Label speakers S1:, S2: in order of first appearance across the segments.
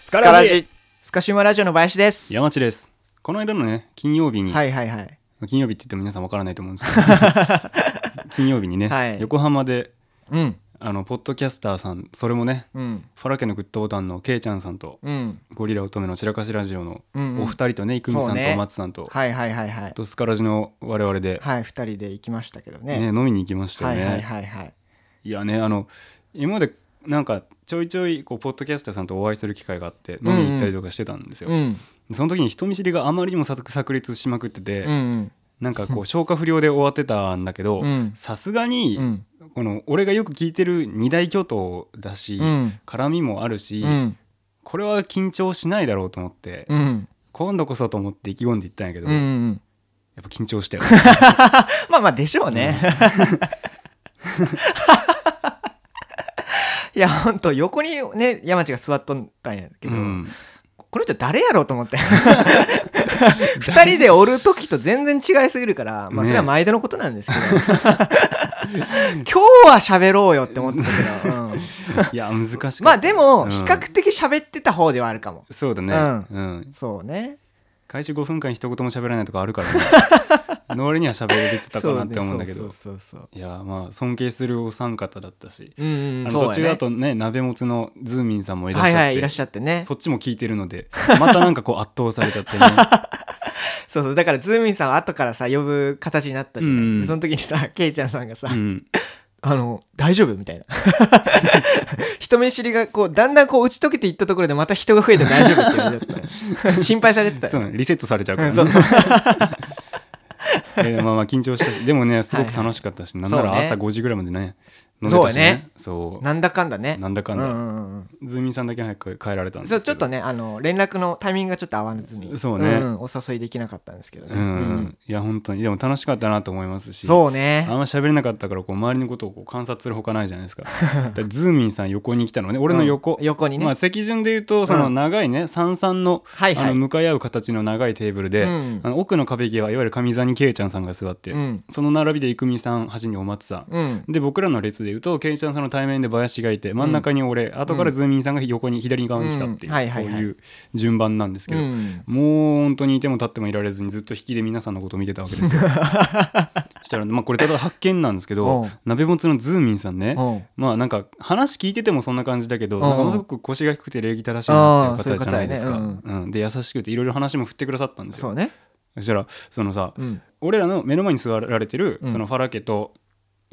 S1: スカ
S2: カラ
S1: ラ
S2: ジ
S1: ジ
S2: スカシウマラジオの林です。
S1: 山地ですこの間のね金曜日に、
S2: はいはいはい。
S1: 金曜日って言っても皆さんわからないと思うんですけど 金曜日にね、
S2: はい
S1: 横浜で
S2: うん。
S1: あのポッドキャスターさんそれもね
S2: うん。
S1: ファラ家のグッドボタンのケイちゃんさんと
S2: うん。
S1: ゴリラ乙女の散らかしラジオの
S2: うんうん
S1: お二人とね、イクミさ
S2: そうんね
S1: と松さんと、
S2: はいはいはいはい。
S1: とスカラジの我々で、
S2: はい、二人で行きましたけど
S1: ね
S2: ね。
S1: 飲みに行きました
S2: は
S1: よ
S2: い
S1: ね、
S2: はいはいはい。
S1: いやねあの今までなんかちょいちょいこうポッドキャスターさんとお会いする機会があって飲みに行ったりとかしてたんですよ、
S2: うん。
S1: その時に人見知りがあまりにもさく炸裂しまくってて、
S2: うんうん。
S1: なんかこう消化不良で終わってたんだけど
S2: うん
S1: さすが
S2: う
S1: に
S2: ん。
S1: この俺がよく聞いてる二大巨頭だし、
S2: うん。
S1: 絡みもあるし、
S2: うん。
S1: これは緊張しないだろうと思って、
S2: うん。
S1: 今度こそと思って意気込んでいったんやけど、
S2: うんう
S1: やっぱ
S2: ん。
S1: 緊張したよ、
S2: まあまあでしょうね。 いや、ほんと、横にね、山地が座っとったんやけ
S1: う
S2: ど、
S1: ん、
S2: この人誰やろうと思って。 二人でおる時と全然違いすぎるから、まあ
S1: ね
S2: それは毎度のことなんですけど。 今日は喋ろうよって思ってたけど。うん
S1: いや難しかった
S2: まあでも、
S1: うん
S2: 比較的喋ってた方ではあるかも。
S1: そうだね、
S2: う
S1: うん、
S2: そうね。
S1: 開始5分間一言も喋らないとかある からねの割には喋れてたかなって思うんだけど、
S2: そうねそうそうそう
S1: いやまあ尊敬するお三方だったし、
S2: そう。
S1: あ
S2: うん、うん、
S1: の
S2: そう
S1: 途中だとね鍋もつのズーミンさんもいらっ
S2: は
S1: し
S2: い
S1: ゃって、
S2: はい、いらっしゃってね。そ
S1: そっちも聞いてるのでまたなんかこう圧倒されちゃってね
S2: うそう。だから、ズーミンさんは後からさ、呼ぶ形になったじゃない。
S1: うん
S2: でその時にさ、ケイちゃんさんが さ、
S1: うん
S2: あの、大丈夫みたいな。 人見知りが、こう、だんだんこう、打ち解けていったところで、また人が増えて大丈夫って言われたよ。心配されてた
S1: そう
S2: よ。
S1: ねリセットされちゃうか
S2: う
S1: ら、
S2: ん
S1: ね
S2: そうそう。
S1: えーまあまあ緊張したしでもねすごく楽しかったし、なんな
S2: そう
S1: ら
S2: ね
S1: 朝5時ぐらいまでね飲んでたしねそう
S2: なんだかんだね。
S1: なんだかん
S2: う
S1: だ、
S2: んうんうんうん。
S1: ズーミンさんだけ早く帰られたんですけ
S2: そう
S1: ど
S2: ちょっとねあの連絡のタイミングがちょっと合わずに
S1: そうね
S2: んんお誘いできなかったんですけどね、
S1: うん、
S2: うん
S1: いや本当にでも楽しかったなと思いますし
S2: そう
S1: あん
S2: ね
S1: ま喋れなかったからこう周りのことをこう観察するほかないじゃない ですかだからズーミンさん横に来たのね俺の横、
S2: うん横にね、
S1: まあ、席順で言うとその
S2: うん
S1: 長いね、三々の,、
S2: はいはい
S1: あの向かい合う形の長いテーブルで、
S2: うん
S1: あの奥の壁際はいわゆる上座にケイちゃんさんが座って、
S2: うん
S1: その並びで郁美さん端にお松さん、
S2: うん
S1: で僕らの列で言うとケイちゃんさんの対面で林がいて真ん中に俺、後からズーミンさんが横に左側に来たっていう、
S2: うんはいはいはい
S1: そういう順番なんですけ
S2: う
S1: ど、
S2: ん
S1: もう本当にいても立ってもいられずにずっと引きで皆さんのことを見てたわけ ですよ。そしたら、まあ、これただ発見なんですけ
S2: う
S1: ど
S2: ん
S1: 鍋もつのズーミンさんね
S2: うん
S1: まあなんか話聞いててもそんな感じだけど
S2: うん
S1: なんかものすごく腰が低くて礼儀正しいなっていう
S2: あー
S1: 方じゃないですか。
S2: そういう
S1: う
S2: 方
S1: んで優しくていろいろ話も振ってくださったんです
S2: そ
S1: よ。
S2: うね、
S1: そしたらそのさ
S2: うん、
S1: 俺らの目の前に座られてる
S2: うん
S1: そのファラ家と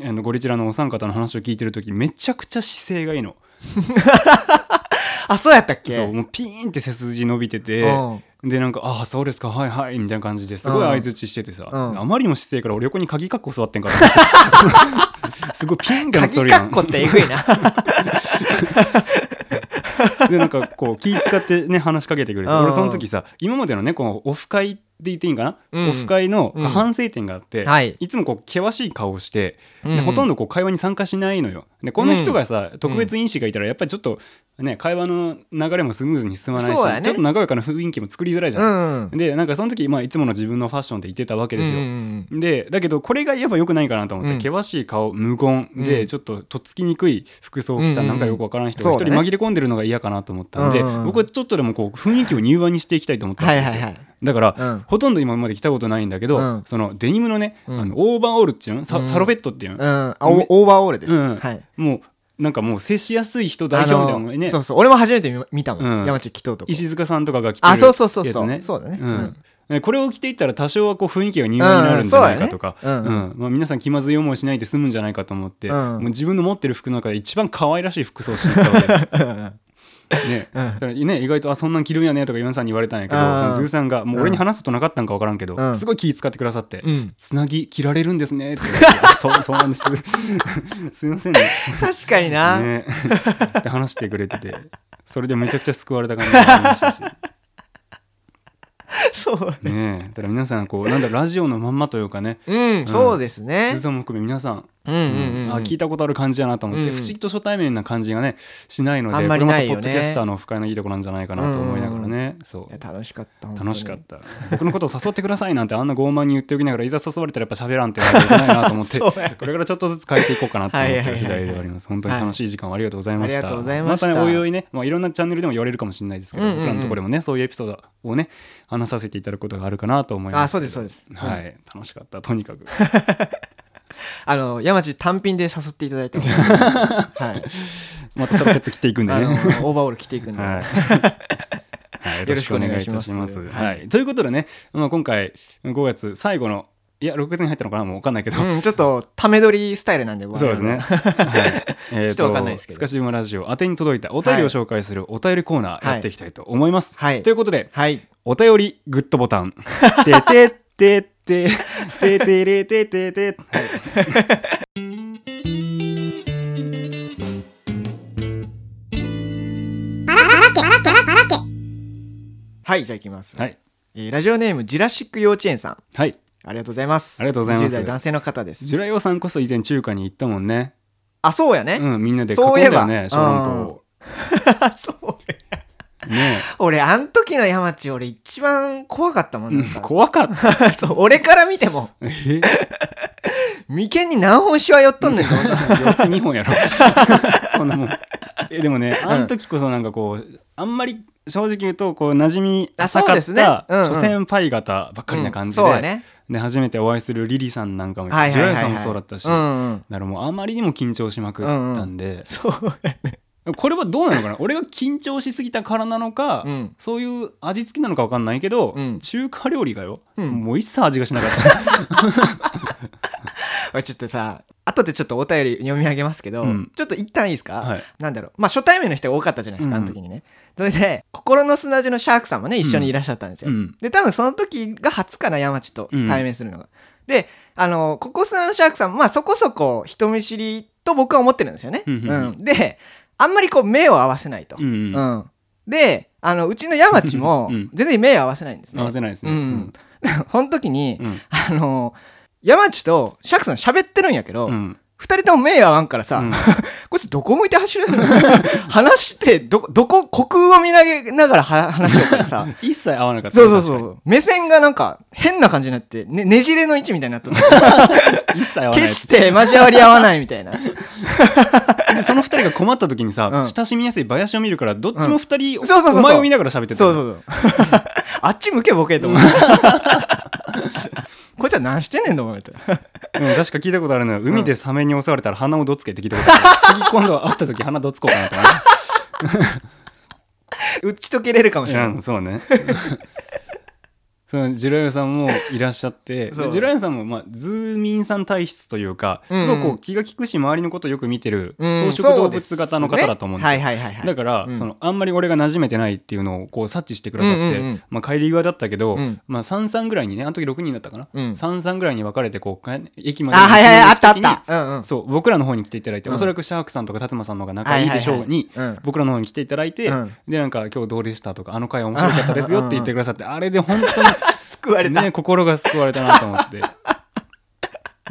S1: あのゴリチラのお三方の話を聞いてる時めちゃくちゃ姿勢がいいの。
S2: あそうやったっけ
S1: そうもうピーンって背筋伸びてて。
S2: うん
S1: でなんか「ああそうですかはいはい」みたいな感じですごい
S2: うん
S1: 相づちしててさ、
S2: うん
S1: あまりにも姿勢から俺横に鍵かっこ座ってんから すごいピンってなっと
S2: 鍵
S1: る
S2: か
S1: や
S2: っ
S1: ん
S2: こってえぐいな
S1: でなんかこう気使ってね話しかけてくれて
S2: うん
S1: 俺その時さ今までのねこのオフ会って言っていいんかな、
S2: うん
S1: オフ会の
S2: うん
S1: 反省点があって、
S2: はい
S1: つもこう険しい顔をして、で
S2: うん
S1: ほとんどこう会話に参加しないのよでこの人がさ、特別因子がいたらやっぱりちょっとね会話の流れもスムーズに進まないし、
S2: そうだね
S1: ちょっと和やかな雰囲気も作りづらいじゃん
S2: うんうん
S1: でなんかその時、まあ、いつもの自分のファッションで言ってたわけですよ。
S2: うんうん
S1: でだけどこれがやっぱ良くないかなと思って、
S2: うん
S1: 険しい顔無言で、
S2: うん
S1: ちょっととっつきにくい服装を着た、
S2: うんうん
S1: なんかよくわからない人が一
S2: そう
S1: 人
S2: だね
S1: 紛れ込んでるのが嫌かなと思ったんで、
S2: うんうんうん
S1: 僕はちょっとでもこう雰囲気を柔和にしていきたいと思ったん
S2: はい
S1: ですよ。
S2: はいはい
S1: だから、
S2: うん
S1: ほとんど今まで着たことないんだけど、
S2: うん
S1: そのデニムのね、
S2: うん
S1: あのオーバーオールっていうのサ,、
S2: うん
S1: サロベットっていう
S2: う
S1: の
S2: ん、あおオーバーオールです、
S1: うん
S2: はい
S1: もうなんかもう接しやすい人代表みたいなもん
S2: あ
S1: ね
S2: のそうそう俺も初めて見見たもん、
S1: うん
S2: 山地来とうとこ
S1: 石塚さんとかが着てる
S2: あ
S1: やつ、
S2: そ
S1: ね、
S2: うそうそうそう、そうだね、
S1: うんこれを着ていったら多少はこう雰囲気が柔和になるんじゃないかとか、
S2: うんそうだねうん
S1: うんまあ、皆さん気まずい思いしないで済むんじゃないかと思って、
S2: うん
S1: もう自分の持ってる服の中で一番可愛らしい服装をしていったわけです。 ね
S2: うん
S1: だからね、意外と「あそんなん着るんやね」とか皆さんに言われたんやけど
S2: うん
S1: そのズーさんがもう俺に話すことなかったんか分からんけど、
S2: うん
S1: すごい気使ってくださって
S2: うんうん
S1: 「つなぎ着られるんですね」って言われてあそうそうなんです すいませんね
S2: 確かにな、
S1: ねって話してくれててそれでめちゃくちゃ救われた感じがありましたし。
S2: そう
S1: ねえだから皆さんこうなんだろうラジオのまんまというかね
S2: うん、そうですね
S1: 鈴さんも含め皆さん
S2: うんうんうん、
S1: あ聞いたことある感じやなと思って、
S2: うん
S1: 不思議と初対面な感じがねしないので
S2: あんまりないよ
S1: これまた
S2: ね
S1: ポッドキャスターの深いのいいとこなんじゃないかなと思いながらね、そ
S2: いうや楽しかった本当に
S1: 楽しかった僕のことを誘ってくださいなんてあんな傲慢に言っておきながらいざ誘われたらやっぱ喋らんってわけいかないなと思って
S2: そう
S1: こ
S2: やね
S1: れからちょっとずつ変えていこうかなと思ってる次第ではあります
S2: はいはいはい
S1: 本当に楽しい時間をありがとうございました、
S2: ありがとうございました
S1: ねおいおいね、まあ、いろんなチャンネルでも言われるかもしれないですけど、
S2: うんうんうん
S1: 僕らのところでもねそういうエピソードをね話させていただくことがあるかなと思います
S2: あそうですそうです
S1: はい、楽しかったとにかく
S2: あの山地単品で誘っていただ いてもはい
S1: またサロケット着ていくんで
S2: あ
S1: ね
S2: のオーバーオール着ていくんで、
S1: はいはい。よろしくお願いいたし
S2: よろ
S1: ま
S2: し
S1: す。
S2: くお願いします
S1: はい、ということでね、まあ、今回5月最後のいや6月に入ったのかなもう分かんないけど、
S2: うん、ちょっとため撮りスタイルなんで
S1: そうです ね。はい、えー
S2: ちょっとわかんないですけど
S1: スカシウマラジオ宛てに届いたお便りを紹介するお便りコーナーやっていきたいと思います。
S2: はい
S1: ということで、
S2: はい
S1: お便りグッドボタン。て てててててれてててて。はい
S2: はいじゃあいきます、
S1: はい。
S2: えーラジオネームジュラシック幼稚園さん
S1: はい。
S2: ありがとうございます
S1: ありがとうございます
S2: 20代男性の方です
S1: ジュラヨさんこそ以前中華に行ったもんね。
S2: あそうやね、
S1: うん、みんなで囲ん
S2: そうい
S1: だ
S2: えば
S1: よね、小学校
S2: あ そう
S1: を。ね
S2: 俺あん時の山地俺一番怖かったもん
S1: う
S2: なんんか、
S1: 怖かった。
S2: そう俺から見ても
S1: え
S2: 眉間に何本しわ寄っとんねんと思っ た
S1: 2本やろこんなもんえでもねあの時こそなんかこうあんまり正直言うとこう馴染み
S2: あ
S1: 浅
S2: そう
S1: か
S2: で
S1: っ
S2: すね
S1: た
S2: うんうん
S1: 初戦パイ型ばっかりな感じで,、
S2: うんそうやね
S1: で初めてお会いするリリーさんなんかも
S2: はい
S1: ジ
S2: はい
S1: ュラ
S2: はい、
S1: ヤ
S2: は
S1: さ
S2: い、
S1: んもそうだったし、
S2: う
S1: だか
S2: んうん、
S1: らもうあまりにも緊張しまくったんで、
S2: そうやね
S1: これはどうなのかな俺が緊張しすぎたからなのか、
S2: うん
S1: そういう味付けなのか分かんないけど、
S2: うん
S1: 中華料理がよ、
S2: うん
S1: もう一切味がしなかった、
S2: おいちょっとさ後でちょっとお便り読み上げますけど、
S1: うん
S2: ちょっと一旦いいです か、
S1: はい
S2: なんだろうまあ初対面の人が多かったじゃないですか、
S1: うん
S2: あの時にねそれで心の砂地のシャークさんもね一緒にいらっしゃったんですよ、
S1: うん
S2: で多分その時が初かな山地と対面するのが、であのここ砂のシャークさんまあそこそこ人見知りと僕は思ってるんですよね、
S1: うんうんうん
S2: であんまりこう目を合わせないと、
S1: うんうん
S2: うんであのうちの山地も
S1: うん
S2: 全然目を合わせないんですね、
S1: 合わせないですね、
S2: うん うん、その時に、
S1: うん
S2: あの山内とシャークさん喋ってるんやけど、
S1: う
S2: 二
S1: ん
S2: 人とも目合わんからさ、
S1: うん
S2: こいつどこ向いて走るの 話してどこどこ虚空を見上げながらは話してるからさ
S1: 一切合わなかった
S2: そうそうそう目線がなんか変な感じになってねねじれの位置みたいになっとって
S1: 一切合わない
S2: 決して交わり合わないみた いな
S1: でその二人が困った時にさ、
S2: うん
S1: 親しみやすい林を見るからどっちも二人、
S2: うんそうそうそうそう
S1: お前を見ながら喋ってた
S2: そ
S1: よ
S2: うそうそうあっち向けボケと思ってこいつは何してんねんと思うよ
S1: うん確か聞いたことあるのよ海でサメに襲われたら鼻をどつけって聞いたことあ る、次今度会った時鼻どつこうかなと思って
S2: 打ち解けれるかもしれない、
S1: うん、そうね。そのジュラヨさんもいらっしゃってで
S2: そう
S1: ジュラヨさんも、まあ、ズーミンさん体質というか、
S2: うんうん
S1: すごくこう気が利くし周りのことをよく見てる
S2: うん
S1: 草食動物型の方だと思うんですよ。
S2: そうねはいはいはいはい
S1: だから、
S2: うん
S1: そのあんまり俺が馴染めてないっていうのをこう察知してくださって、
S2: うんうんうん
S1: まあ、帰り際だったけど、
S2: うん
S1: まあ、33ぐらいにねあの時6人だったかな、
S2: うん
S1: 33ぐらいに分かれてこうか駅まで
S2: あはいはいはいあったあっ
S1: 行く時に
S2: たうんうん
S1: そう僕らの方に来ていただいて、
S2: うん
S1: おそらくシャークさんとか達馬さんの方が仲いいでしょうに、
S2: はいはいはいうん
S1: 僕らの方に来ていただいて、
S2: うん
S1: でなんか今日どうでしたとかあの回面白かったですよって言ってくださってあれで本
S2: 救わ
S1: 当
S2: れ
S1: に
S2: た、
S1: ね心が救われたなと思 って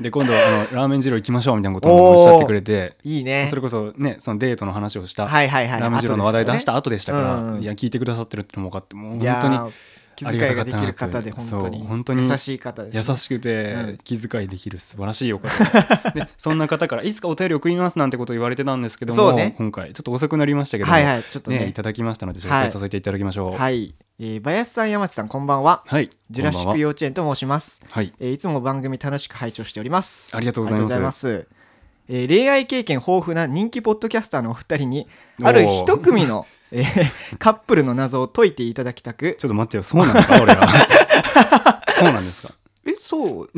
S1: で今度はあのラーメン二郎行きましょうみたいなことをおっしゃってくれて
S2: いいね
S1: それこそねそのデートの話をした、
S2: はいはいはい
S1: ラーメン二郎の話題出した
S2: 後
S1: 後でしたから、
S2: うんうん
S1: いや聞いてくださってるってのも分かってもう
S2: で
S1: 本
S2: すよ
S1: 当に
S2: ねいやー気遣いができる方で
S1: ありがたかったなというそ
S2: 本当に
S1: う本当に
S2: 優しい方です、
S1: 優しく
S2: う
S1: て
S2: ん
S1: 気遣いできる素晴らしい お方ですでそんな方からいつかお便り送りますなんてことを言われてたんですけど
S2: そう
S1: も、
S2: ね
S1: 今回ちょっと遅くなりましたけども
S2: はいはいちょっとね
S1: ねいただきましたので紹
S2: はい
S1: 介させていただきましょうはい、
S2: はい、えー、林さん山地さんこんばんはジュラシッ
S1: こんば
S2: ク
S1: んは
S2: 幼稚園と申します
S1: はい
S2: えーいつも番組楽しく拝聴しております
S1: ありがとうございます
S2: すえー恋愛経験豊富な人気ポッドキャスターのお二人にある一組の、えーカップルの謎を解いていただきたく
S1: ちょっと待ってよそうなんだ俺 はそうなんですか
S2: えそう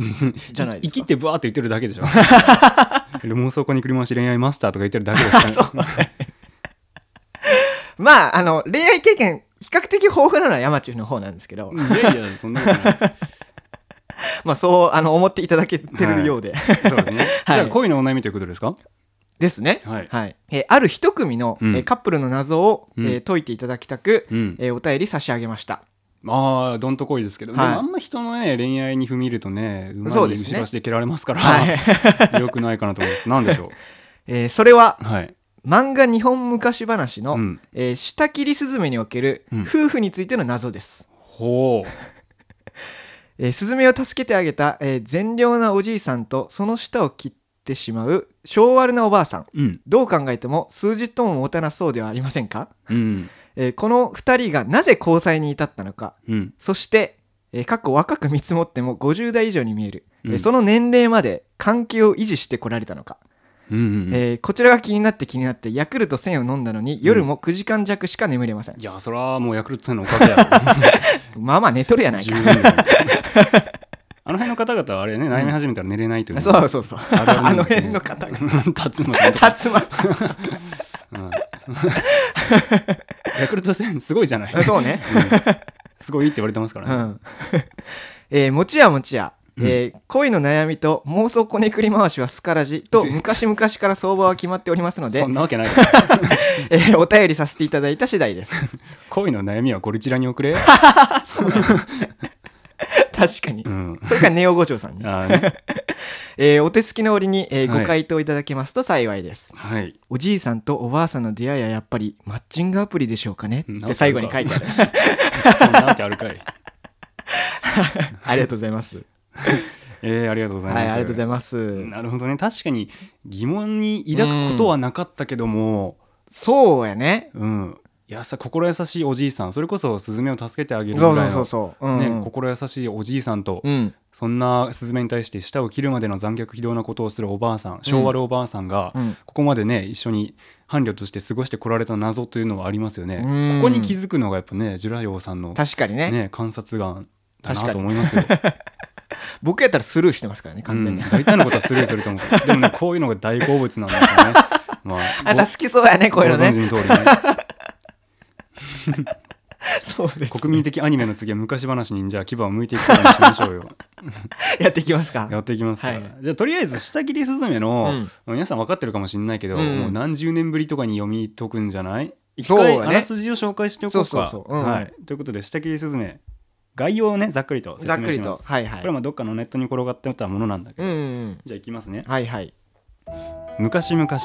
S2: じゃないで
S1: 生
S2: すか
S1: きてバーって言ってるだ けでしょ妄想家に繰り回し恋愛マスターとか言ってるだけですから、
S2: まああの恋愛経験比較的豊富なのは山中の方なんですけど、
S1: いやいやそんなことないです
S2: まあそうあの思っていただけてるようで、
S1: そうですね、
S2: はい
S1: じゃあ恋のお悩みということですか
S2: ですね
S1: はい
S2: えーある一組の、
S1: うん
S2: えーカップルの謎を、
S1: うん
S2: えー解いていただきたく、
S1: うん
S2: えーお便り差し上げました
S1: まあどんとこいですけど、
S2: はい
S1: でもあんま人のね恋愛に踏み入るとね馬
S2: そうで
S1: に
S2: すね
S1: 後ろ足で蹴られますから
S2: は い、
S1: よくないかなと思いますなんでしょ
S2: えーそれは
S1: う はい、
S2: 漫画日本昔話の、
S1: うん、
S2: えー下切りスズメにおける
S1: うん
S2: 夫婦についての謎です、
S1: ほ
S2: えースズメを助けてあげた、えー善良なおじいさんとその舌を切ってしまう性悪なおばあさん
S1: ううん
S2: どう考えても数日とも持たなそうではありませんか、
S1: うん
S2: えーこの2人がなぜ交際に至ったのか
S1: うん
S2: そして、えーかっこ若く見積もっても50代以上に見える、えー
S1: うん
S2: その年齢まで関係を維持してこられたのか、
S1: うんうんうん
S2: えーこちらが気になって気になってヤクルト1000を飲んだのに夜も9時間弱しか眠れません、
S1: いやそれはもうヤクルトさんのおかげやろ
S2: まあまあ寝とるやない
S1: 十
S2: か
S1: 分 あの辺の方々はあれね悩み始めたら寝れないという、
S2: そうそうそう
S1: あるあ
S2: あ
S1: るな
S2: の
S1: んです
S2: 辺
S1: ね
S2: の方が
S1: 辰馬さんとか
S2: 竜 巻
S1: ヤクルト戦すごいじゃない
S2: そうね
S1: すごいって言われてますか
S2: う
S1: らね、
S2: ん えーもちやもちや、えー恋の悩みと妄想こねくり回しはスカラジと
S1: ぜ
S2: 昔々から相場は決まっておりますので
S1: そん、なわけないから
S2: えーお便りさせていただいた次第です
S1: 恋の悩みはゴリチラに送れ、
S2: 確かに、
S1: うん、
S2: それからネオ五条さんに
S1: あーね
S2: えーお手すきの折に、えー
S1: はい
S2: ご回答いただけますと幸いです、
S1: はい
S2: おじいさんとおばあさんの出会いはやっぱりマッチングアプリでしょうかね
S1: うん
S2: って最後に書いてある
S1: そんなわけあるかい
S2: ありがとうございます
S1: えー、ありがとうございます、
S2: はいありがとうございます、
S1: なるほどね確かに疑問に抱くことはなかったけども
S2: そうやね
S1: うん、いやさ心優しいおじいさんそれこそスズメを助けてあげるぐら
S2: そ
S1: いう
S2: そ
S1: の
S2: うそうそううん、
S1: ね、心優しいおじいさんと、
S2: うん
S1: そんなスズメに対して舌を切るまでの残虐非道なことをするおばあさん昭和のおばあさんが、
S2: うん
S1: ここまでね一緒に伴侶として過ごしてこられた謎というのはありますよね
S2: うん
S1: ここに気づくのがやっぱねジュラヨウさんの、
S2: 確かにね
S1: ね、観察眼だ
S2: 確か
S1: なと
S2: に
S1: 思いますよ、
S2: 僕やったらスルーしてますからね
S1: う
S2: 完全
S1: ん、
S2: に、
S1: 大体のことはスルーすると思うけどでもねこういうのが大好物なんですよね ま
S2: あんた
S1: あ
S2: 好きそうやね
S1: ご
S2: こういうの
S1: ご存知
S2: ね
S1: の通りね
S2: そうです、ね、
S1: 国民的アニメの次は昔話にじゃあ牙を向いていくことにしましょうよ
S2: やっていきますか
S1: やっていきますか、
S2: はい
S1: じゃあとりあえず「下切りすずめの」皆さん分かってるかもしれないけど、
S2: うん
S1: もう何十年ぶりとかに読み解くんじゃない一
S2: そうだね
S1: 回あらすじを紹介しておこうか。
S2: そうそうそううん
S1: はい、ということで「下切りすずめ」概要をねざっくりと
S2: ざっ
S1: 説
S2: く
S1: 明し
S2: りと
S1: ます。
S2: はいはい
S1: これはまあどっかのネットに転がってたものなんだけ
S2: う
S1: ど、
S2: んうん
S1: じゃあいきますね
S2: うん。はいはい
S1: 昔々
S2: はい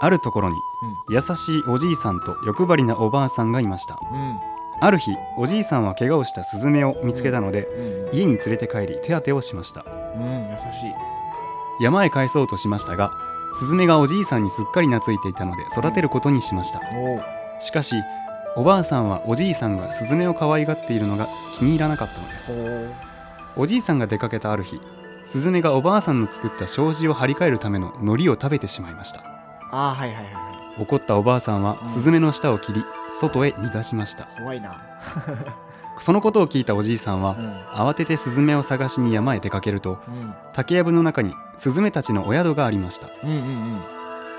S1: あるところに優しいおじいさんと欲張りなおばあさんがいましたある日おじいさんは怪我をしたスズメを見つけたので
S2: うんうん
S1: 家に連れて帰り手当てをしました
S2: うん優しい
S1: 山へ返そうとしましたがスズメがおじいさんにすっかり懐いていたので育てることにしました
S2: おー
S1: しかしおばあさんはおじいさんがスズメを可愛がっているのが気に入らなかったのです
S2: ほー
S1: おじいさんが出かけたある日スズメがおばあさんの作った障子を張り替えるための海苔を食べてしまいました
S2: あーはいはいはいは
S1: 怒ったおばあさんはスズメの舌を切り外へ逃がしました
S2: い怖いな
S1: そのことを聞いたおじいさんは
S2: う
S1: 慌ててスズメを探しに山へ出かけると
S2: んうん
S1: 竹やぶの中にスズメたちのお宿がありました
S2: うんうん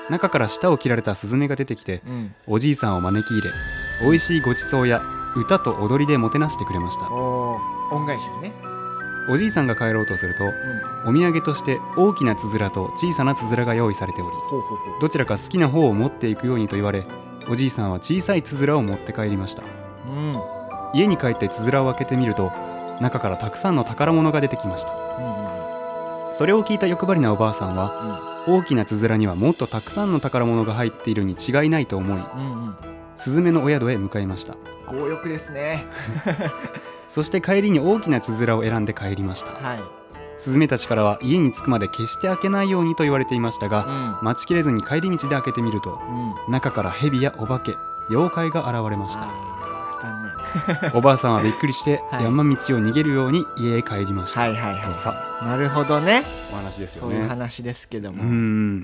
S1: 中から舌を切られたスズメが出てきて
S2: うんうん
S1: おじいさんを招き入れ美味しいごちそうや歌と踊りでもてなしてくれました
S2: おー恩返しにね
S1: おじいさんが帰ろうとすると
S2: うん
S1: お土産として大きなつづらと小さなつづらが用意されており
S2: ほうほうほう
S1: どちらか好きな方を持っていくようにと言われおじいさんは小さいつづらを持って帰りました
S2: うんうんうん
S1: 家に帰ってつづらを開けてみると中からたくさんの宝物が出てきましたそれを聞いた欲張りなおばあさんは大きなつづらにはもっとたくさんの宝物が入っているに違いないと思い
S2: うんうんうん
S1: スズメのお宿へ向かいました
S2: 強欲ですね
S1: そして帰りに大きなつづらを選んで帰りました
S2: はい
S1: スズメたちからは家に着くまで決して開けないようにと言われていましたが待ちきれずに帰り道で開けてみると
S2: うんうん
S1: 中から蛇やお化け妖怪が現れました
S2: あー残念
S1: おばあさんはびっくりして、
S2: はい
S1: 山道を逃げるように家へ帰りました、
S2: はいはい
S1: と
S2: は
S1: さ
S2: いなるほどね
S1: お話ですよ
S2: そういう
S1: ね
S2: 話ですけど
S1: う
S2: も、
S1: ん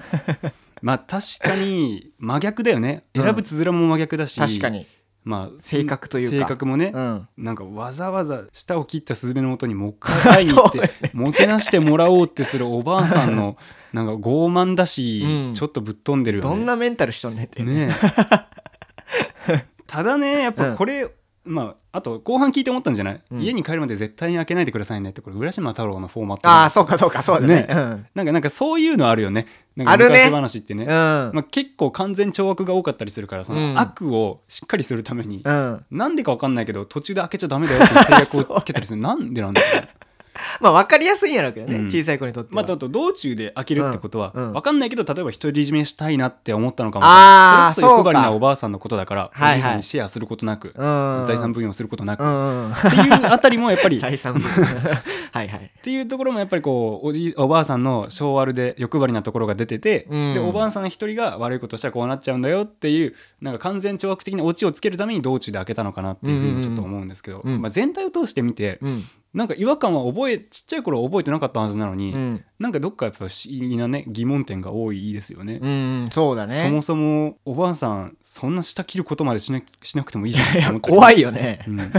S1: まあ確かに真逆だよね
S2: うん
S1: 選ぶつづらも真逆だし、
S2: 確かに
S1: まあ
S2: 性格というか
S1: 性格もね
S2: う、ん
S1: なんかわざわざ舌を切ったスズメのもとにもう一回会いに行っ
S2: そう
S1: てもてなしてもらおうってするおばあさん のなんか傲慢だし、
S2: うん
S1: ちょっとぶっ飛んでるよね
S2: どんなメンタルしとんねんって
S1: ねえただねやっ
S2: う
S1: ぱ
S2: ん
S1: これまあ、あと後半聞いて思ったんじゃない、
S2: うん
S1: 家に帰るまで絶対に開けないでくださいねってこれ浦島太郎のフォーマット
S2: ああそうかそうかそうだね
S1: ねなんかなんかそういうのあるよねなんか
S2: あるね
S1: 昔話ってね
S2: うんうん、
S1: まあ、結構完全懲悪が多かったりするからその、
S2: うん
S1: 悪をしっかりするために、
S2: うん、
S1: なんでか分かんないけど途中で開けちゃダメだ よっていう制約をつけたりするなんでなんだろう
S2: まあ分かりやすいんやろうけどね、
S1: うん
S2: 小さい子にとっては、
S1: まあ、あと道中で開けるってことは、
S2: うんうん
S1: 分かんないけど例えば独り占めしたいなって思ったのかも
S2: あー
S1: それこそ欲張り
S2: そう
S1: な
S2: か
S1: おばあさんのことだから、お
S2: はいはい
S1: じいさんにシェアすることなく、
S2: うん、
S1: 財産分与することなく、
S2: う
S1: っ
S2: んうん、
S1: ていうあたりもやっぱ り
S2: 財産分はいはい
S1: っていうところもやっぱりこうおじいおばあさんの性悪で欲張りなところが出てて、
S2: うん
S1: でおばあさん一人が悪いことしたらこうなっちゃうんだよっていうなんか完全懲悪的なオチをつけるために道中で開けたのかなっていうふうにちょっと思うんですけど、
S2: うんうんうん
S1: まあ、全体を通して見て
S2: うん
S1: なんか違和感は覚えちっちゃい頃は覚えてなかったはずなのに、
S2: うん
S1: なんかどっかやっぱ不思議なね疑問点が多いですよね。
S2: うんそう
S1: そ
S2: だね
S1: もそもおばあさんそんな下切ることまでしなしなくてもいいじゃんって思ったり
S2: 怖いよね
S1: うん、海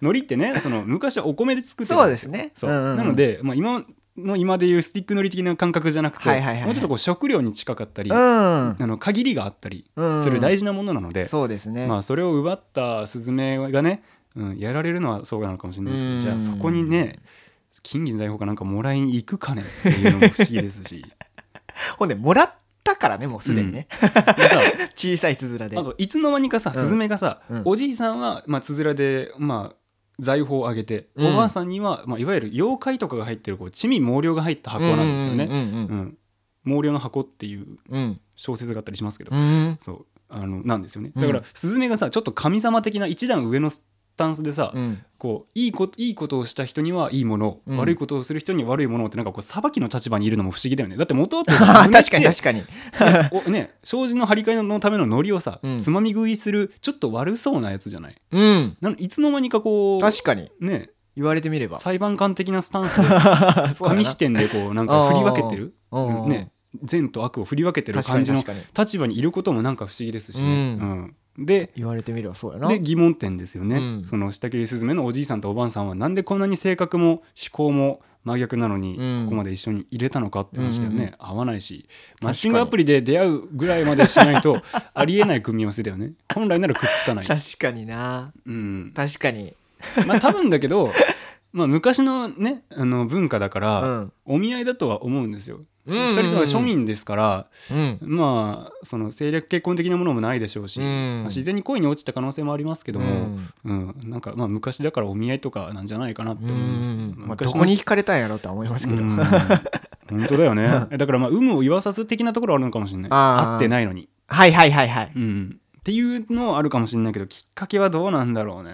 S1: 苔ってねその昔はお米で作ってたん
S2: そうですね
S1: そう、
S2: んんん
S1: なので、まあ、今の今でいうスティックのり的な感覚じゃなくて、
S2: はいはいはいはい
S1: もうちょっとこう食料に近かったり、
S2: う
S1: あ
S2: ん
S1: の限りがあったり
S2: うん
S1: する大事なものなので、
S2: そうですね、
S1: まあ、それを奪ったスズメがね、うん、やられるのはそうなのかもしれないですけ
S2: う
S1: ど
S2: ん
S1: じゃあそこにね金銀財宝かなんかもらいに行くかねっていうのも不思議ですし
S2: ほんでもらったからねもうすでにね、
S1: でさ
S2: 小さいつづらで
S1: あといつの間にかさ
S2: ん
S1: スズメがさ、
S2: うん
S1: おじいさんは、まあ、つづらで、まあ、財宝をあげて、
S2: うん
S1: おばあさんには、まあ、いわゆる妖怪とかが入ってるこう地味毛量が入った箱なんですよね。
S2: うんうん
S1: うん、毛量の箱っていう
S2: うん
S1: 小説があったりしますけど、
S2: うんうん
S1: そうあのなんですよね
S2: うん
S1: だから、スズメがさちょっと神様的な一段上のスタンスでさ、
S2: うん
S1: こういいこといいことをした人にはいいものを、
S2: うん
S1: 悪いことをする人には悪いものをってなんかこう裁きの立場にいるのも不思議だよねだって元は
S2: 確かに確かに
S1: おね障子の張り替えのためのノリをさ、
S2: うん
S1: つまみ食いするちょっと悪そうなやつじゃない
S2: うん
S1: なのいつの間にかこう
S2: 確かに
S1: ね
S2: 言われてみれば
S1: 裁判官的なスタン スで紙視点でこうなんか振り分けてる、うんね
S2: ね、
S1: 善と悪を振り分けてる
S2: 確か
S1: 感
S2: に
S1: じの
S2: 確かに
S1: 立場にいることもなんか不思議ですしね、
S2: う
S1: うんで
S2: 言われてみればそうやな
S1: で疑問点ですよね、
S2: うん
S1: その下切りすずめのおじいさんとおばあさんはなんでこんなに性格も思考も真逆なのに
S2: うん
S1: ここまで一緒に入れたのかって話だよ
S2: うんうん
S1: ね、合わないしマッチングアプリで出会うぐらいまでしない とありえない組み合わせだよね本来ならくっつかない、
S2: 確かにな
S1: うん、
S2: 確かに
S1: まあ多分だけど、まあ、昔のねあの文化だから、
S2: うん
S1: お見合いだとは思うんですよ。
S2: うん
S1: 二人は庶民ですから、
S2: うん
S1: まあその政略結婚的なものもないでしょうし、
S2: うん
S1: まあ自然に恋に落ちた可能性もありますけども、
S2: うん
S1: うんなんかまあ昔だからお見合いとかなんじゃないかなって思います。
S2: うんまあ
S1: 昔の
S2: どこに惹かれたんやろうとは思いますけど
S1: うん本当だよね。えだからまあ有無を言わさず的なところはあるのかもしれない。
S2: あー
S1: 合ってないのに、
S2: はいはいはいはい
S1: うん。っていうのはあるかもしれないけどきっかけはどうなんだろうね。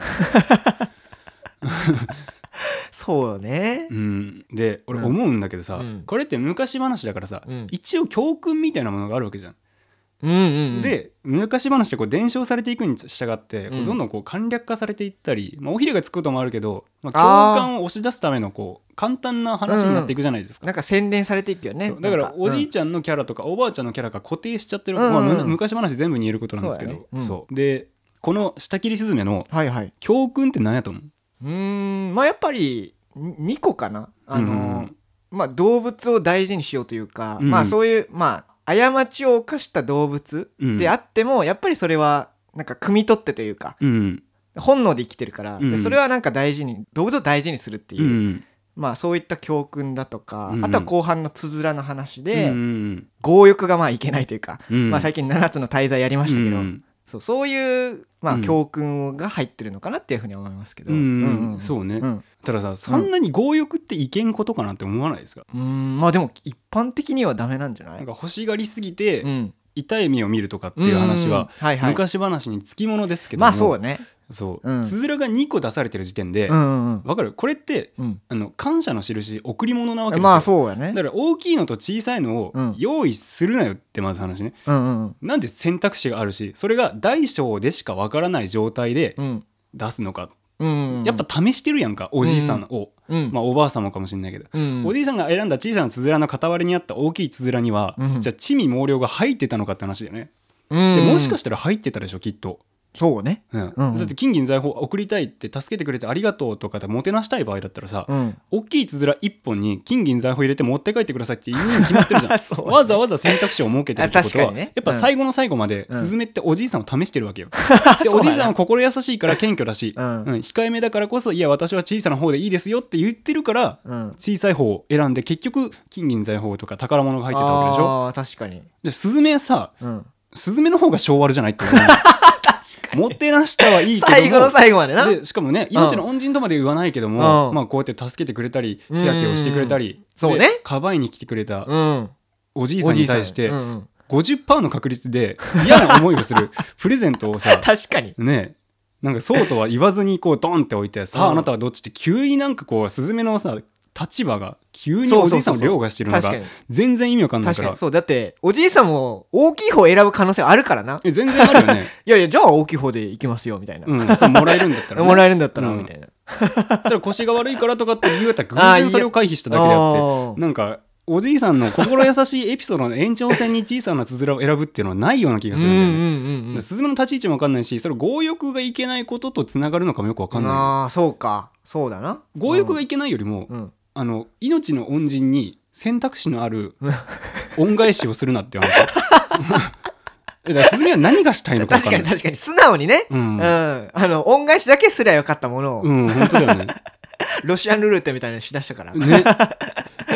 S2: そうよね
S1: うん、で俺
S2: うん
S1: 思うんだけどさ、
S2: うん
S1: これって昔話だからさ、
S2: うん
S1: 一応教訓みたいなものがあるわけじゃん。
S2: うんうんうん
S1: で昔話ってこう伝承されていくに従って、
S2: うん
S1: どんどんこう簡略化されていったり、まあ、おひれがつくこともあるけど、まあ、共
S2: あー
S1: 感を押し出すためのこう簡単な話になっていくじゃないですか。
S2: なんか洗練されていくよね
S1: そうだからおじい
S2: ち
S1: ちゃんのキャラとかおばあちゃんのキャラが固定しちゃってる、
S2: うんうんうん
S1: まあむ昔話全部に言えることなんですけど
S2: そうだねうん
S1: そうでこの「下切りすずめ」の
S2: ゃんはいはい
S1: 教訓って何やと思う
S2: うーんまあやっぱり2個かなあ
S1: うんう
S2: のー
S1: ん
S2: まあ動物を大事にしようというか、
S1: うん
S2: まあそういうまあ過ちを犯した動物
S1: うん
S2: であっても、やっぱりそれはなんか汲み取ってというか
S1: うん
S2: 本能で生きてるから、
S1: うん
S2: でそれはなんか大事に動物を大事にするっていう、
S1: うん
S2: まあそういった教訓だとか、
S1: うん
S2: あとは後半のつづらの話で、
S1: うん
S2: 強欲がまあいけないというか、
S1: うん
S2: まあ最近7つの大罪やりましたけど、
S1: うん
S2: そうそういう、ま
S1: う
S2: あ、
S1: ん
S2: 教訓が入ってるのかなっていうふうに思いますけど、
S1: うんうんそうね、
S2: うん
S1: たださそんなに強欲っていけんことかなって思わないですか、
S2: うんまあでも一般的にはダメなんじゃない
S1: なんか欲しがりすぎて、
S2: うん、
S1: 痛い目を見るとかっていう話
S2: うん
S1: は、
S2: はいはい、
S1: 昔話につきものですけども
S2: まあそうだね
S1: そう
S2: うん
S1: つづらが2個出されてる時点で
S2: う
S1: わ、
S2: んうん
S1: かるこれって
S2: うん
S1: あの感謝の印贈り物なわけで
S2: う
S1: す
S2: ん
S1: よ、
S2: まあそうだね
S1: だから大きいのと小さいのを
S2: うん
S1: 用意するなよってまず話ね、
S2: うんうん
S1: なんで選択肢があるしそれが大小でしかわからない状態で
S2: うん
S1: 出すのか、
S2: うんうん
S1: やっぱ試してるやんかおじいさんを、
S2: うん
S1: まあおばあさんもかもしれないけど、
S2: うん
S1: おじいさんが選んだ小さなつづらの傍りにあった大きいつづらには、
S2: うん
S1: じゃあ地味毛量が入ってたのかって話だよね、
S2: うん
S1: でもしか
S2: し
S1: したら入ってたでしょきっと
S2: そうね
S1: うん
S2: うんうん
S1: だって金銀財宝送りたいって助けてくれてありがとうとかでもてなしたい場合だったらさ、
S2: うん
S1: 大きいつづら1本に金銀財宝入れて持って帰ってくださいって言うに決まってるじゃん
S2: そう ね
S1: わざわざ選択肢を設けてるってこと
S2: あ確
S1: は、
S2: かにね
S1: やっぱ最後の最後まで、
S2: うん
S1: スズメっておじいさんを試してるわけ よ、で
S2: そう
S1: お
S2: だね
S1: じいさんは心優しいから謙虚だし、
S2: う
S1: うん
S2: ん
S1: 控えめだからこそいや私は小さな方でいいですよって言ってるから
S2: うん
S1: 小さい方を選んで結局金銀財宝とか宝物が入ってたわけでしょ
S2: あー確かに
S1: でスズメさ
S2: うん
S1: スズメの方が性悪じゃない って言われるもてなしたはいいけども
S2: 最後の最後までな
S1: でしかもね命の恩人とまで言わないけども、
S2: うん
S1: まあ、こうやって助けてくれたり手当てをしてくれたり、
S2: うんそう
S1: で
S2: ね
S1: かばいに来てくれた
S2: うん
S1: おじいさんに対して
S2: うんうん
S1: 50%の確率で嫌な思いをす るプレゼントをさ
S2: 確かに
S1: ねなんかそうとは言わずにこうドンって置いてさあ
S2: うん
S1: あなたはどっちって急になんかこうスズメのさ立場が急におじいさんを凌駕してるの
S2: 確か
S1: が
S2: に
S1: 全然意味わかんない
S2: 確
S1: か
S2: からにそうだっておじいさんも大きい方選ぶ可能性あるからな
S1: え全然あ るよね、
S2: いやいやじゃあ大きい方でいきますよみたいな、
S1: うん、そうもらえるんだったら、ね、
S2: もらえるんだったら、
S1: うん
S2: みたいな
S1: ただ腰が悪いからとかって言うたら
S2: あー
S1: 偶然それを回避しただけであって
S2: あー
S1: なんかおじいさんの心優しいエピソードの延長線に小さなつづらを選ぶっていうのはないような気が
S2: う
S1: す
S2: ん
S1: る
S2: うん
S1: だよね。
S2: んうんうん
S1: スズメの立ち位置も分かんないしそれ強欲がいけないこととつながるのかもよく分かんな
S2: ああそうかそうだない
S1: 強欲がいけないよりも、
S2: うん、うん
S1: あの命の恩人に選択肢のある恩返しをするなって話 だからスズメは何がしたいのか分
S2: 確
S1: かんな
S2: か
S1: い
S2: に確かに素直にね、
S1: う
S2: うん
S1: ん、
S2: あの恩返しだけすりゃよかったものを、
S1: うん、本当だよね
S2: ロシアンルルーテみたいなのしだしたから、
S1: ね。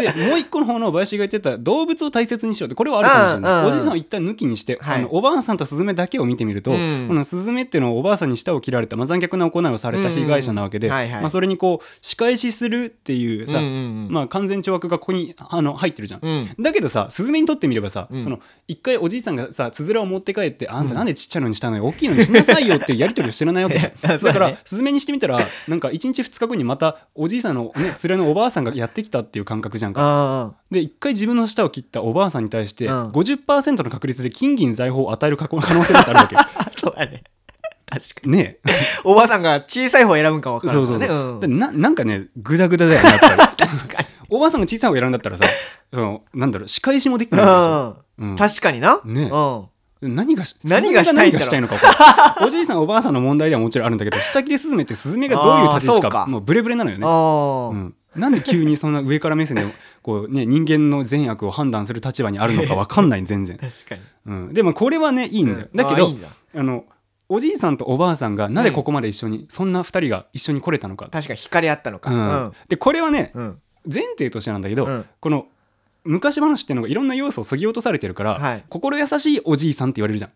S1: でもう一個の方の林が言ってた動物を大切にしようってこれはあるかもしれ
S2: うん
S1: な
S2: うん
S1: いおじいさんを一旦抜きにして、
S2: はい
S1: あのおばあさんとスズメだけを見てみると、
S2: うん
S1: このスズメっていうのはおばあさんに舌を切られた、まあ、残虐な行いをされた被害者なわけで、
S2: うんうんはいはい
S1: まあ、それにこう仕返しするっていうさ、
S2: うんうんうん
S1: まあ、完全懲悪がここにあの入ってるじゃん。
S2: うん
S1: だけどさスズメにとってみればさ、
S2: うん
S1: その一回おじいさんがさつづらを持って帰って「あんたなんでちっちゃいのにしたのよ大きいのにしなさいよ」っていうやり取りを知らないわけじゃん
S2: そ
S1: だ
S2: うだね
S1: からスズメにしてみたらなんか1日2日後にまたおじいさんの、ね、 連れのおばあさんがやってきたっていう感覚じゃんか
S2: あ
S1: で一回自分の舌を切ったおばあさんに対して
S2: うん
S1: 50%の確率で金銀財宝を与える可能性だってあるわ けよ
S2: あそうだね確かに
S1: ねえ
S2: おばあさんが小さい方選ぶんか分から
S1: そ
S2: ん
S1: う
S2: か
S1: そ
S2: ら
S1: う
S2: ね
S1: そう、
S2: ん
S1: ななんかねグダグダだよねやっぱり
S2: 確かに
S1: おばあさんが小さい方を選んだったらさそのなんだろう仕返しもできないんですよ、
S2: う
S1: うん
S2: ん、確かにな、
S1: ね
S2: うん
S1: 何がし
S2: 何
S1: ス
S2: が
S1: ズ
S2: した
S1: メ何
S2: いんだろう
S1: がしたいのか分かん ないおじいさんおばあさんの問題ではもちろんあるんだけど下切れスズメってスズメがどういう立ち位置
S2: あーそう
S1: か
S2: か
S1: もうブレブレなのよね
S2: ああ、
S1: うん、なんで急にそんな上から目線でこう、ね、人間の善悪を判断する立場にあるのか分かんない全 然、
S2: 確かに
S1: うん、でもこれはねいいんだよ、だけど
S2: あーいいんだ
S1: あのおじいさんとおばあさんがなぜここまで一緒に、そんな2人が一緒に来れたのか、
S2: 確かに惹かれ合ったのか
S1: うんでこれはね
S2: うんうん
S1: 前提としてなんだけど、
S2: うん
S1: この昔話っていうのがいろんな要素をそぎ落とされてるから、
S2: はい
S1: 心優しいおじいさんって言われるじゃん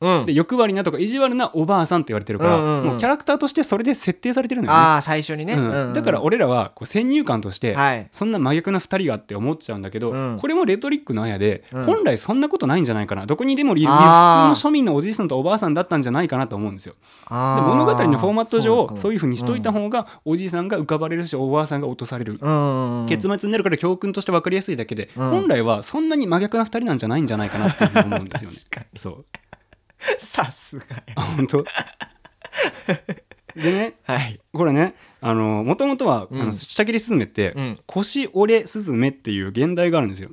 S2: うん
S1: で欲張りなとか意地悪なおばあさんって言われてるから、
S2: うんうんうん
S1: もうキャラクターとしてそれで設定されてるのよね
S2: ああ最初にね、
S1: うんだから
S2: 俺
S1: 俺らはこう先入観として、
S2: はい
S1: そんな真逆な2人がって思っちゃうんだけど、
S2: うん
S1: これもレトリックのあやで、
S2: うん
S1: 本来そんなことないんじゃないかなどこにでもいる普通
S2: あー
S1: の庶民のおじいさんとおばあさんだったんじゃないかなと思うんですよ。で
S2: あー
S1: 物語のフォーマット上そう
S2: だ
S1: いうふうにしといた方が、おじいさんが浮かばれるしおばあさんが落とされる。
S2: うんうんうん
S1: 結末になるから教訓として分かりやすいだけで、
S2: うん。
S1: 本来はそんなに真逆な2人なんじゃないんじゃないかなっていうふうに思うんですよね
S2: 確か
S1: そう
S2: にさすがや
S1: あ本当でね
S2: はい
S1: これねあのもともとは、
S2: うん
S1: あの下切りスズメって、
S2: うん
S1: 腰折れスズメっていう現代があるんですよ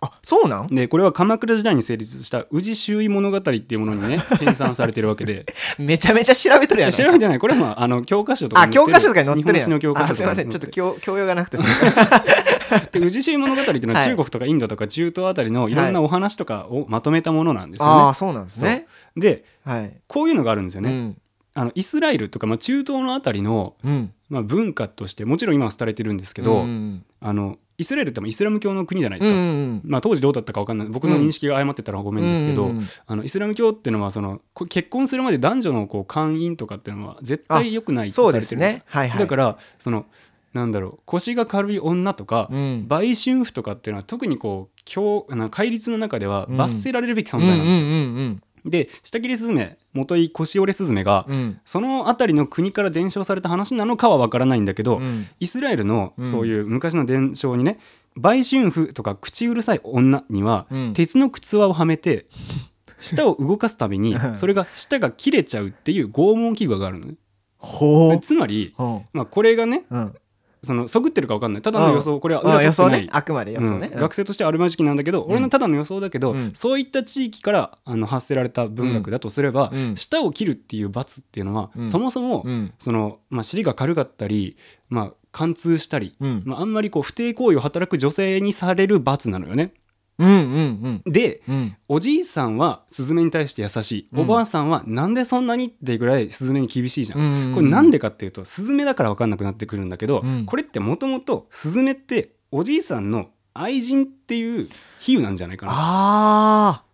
S2: あそうなん
S1: でこれは鎌倉時代に成立した宇治周囲物語っていうものに ね編纂されてるわけで
S2: めちゃめちゃ調べとるや
S1: いや
S2: ん
S1: 調べてないこれは、まあ、あの教科書とか
S2: あ
S1: に載っ
S2: 教
S1: てる
S2: 科書とかに載ってるや
S1: 日本史の教
S2: ん
S1: 科
S2: あ
S1: 書
S2: すい
S1: とか
S2: ま
S1: に
S2: せ
S1: 載っ
S2: ん
S1: て
S2: ちょっと
S1: る
S2: 教教養がなくてすいま
S1: で宇治周囲物語っていうのは
S2: はい
S1: 中国とかインドとか中東あたりのいろんなお話とかをまとめたものなんですよね、
S2: ああそうなんですね
S1: で
S2: はい
S1: こういうのがあるんですよ
S2: う
S1: ね、
S2: ん
S1: あのイスラエルとか、まあ、中東のあたりの、
S2: うん
S1: まあ、文化としてもちろん今は廃れてるんですけ
S2: け
S1: ど、
S2: うん
S1: あのイスラエルってもうイスラム教の国じゃないで
S2: う
S1: す
S2: んう
S1: か、
S2: ん
S1: まあ、当時どうだったか分かんない僕の認識が誤ってたらごめんですけど、
S2: うんうんうん
S1: あのイスラム教っていうのはそのこ結婚するまで男女のこう婚姻とかっていうのは絶対良くないって
S2: そ
S1: さ
S2: う
S1: れ
S2: で
S1: て
S2: す
S1: るんですよ
S2: ねはいはい
S1: だからそのなんだろう腰が軽い女とか、
S2: うん
S1: 売春婦とかっていうのは特にこう教あの戒律の中では
S2: うん
S1: 罰せられるべき存在なんですよ。
S2: うんうんうん
S1: で下切りスズメ元井腰折れスズメが、
S2: うんうん
S1: その辺りの国から伝承された話なのかは分からないんだけど、
S2: うん
S1: イスラエルの
S2: うん
S1: そういう昔の伝承にね、売春婦とか口うるさい女には、
S2: うん
S1: 鉄の靴輪をはめ て舌を動かすたびに
S2: うん
S1: それが舌が切れちゃうっていう拷問器具があるのね
S2: ほ
S1: つまり、
S2: う
S1: まあ、これがね
S2: うん
S1: そのそぐってるか分かんないただの予想これは
S2: ま
S1: 裏取
S2: あ予
S1: ってな
S2: 想
S1: い、
S2: ねあくまで予想ね、
S1: うん学生としてあるまじきなんだけど、
S2: ん
S1: 俺のただの予想だけど、
S2: うん
S1: そういった地域からあの発せられた文学だとすれば、
S2: うん
S1: 舌を切るっていう罰っていうのは、
S2: うん
S1: そもそも、
S2: うん
S1: そのまあ、尻が軽かったり、まあ、貫通したり、
S2: うん
S1: まあ、あんまりこう不貞行為を働く女性にされる罰なのよね。
S2: うんうん
S1: で
S2: うんうん
S1: おじいさんはスズメに対して優しい
S2: うん
S1: おばあさんはなんでそんなにってぐらいスズメに厳しいじゃん。
S2: うん
S1: これなんでかっていうとスズメだから分かんなくなってくるんだけど、
S2: うん
S1: これってもともとスズメっておじいさんの愛人っていう比喩なんじゃないかな。
S2: あ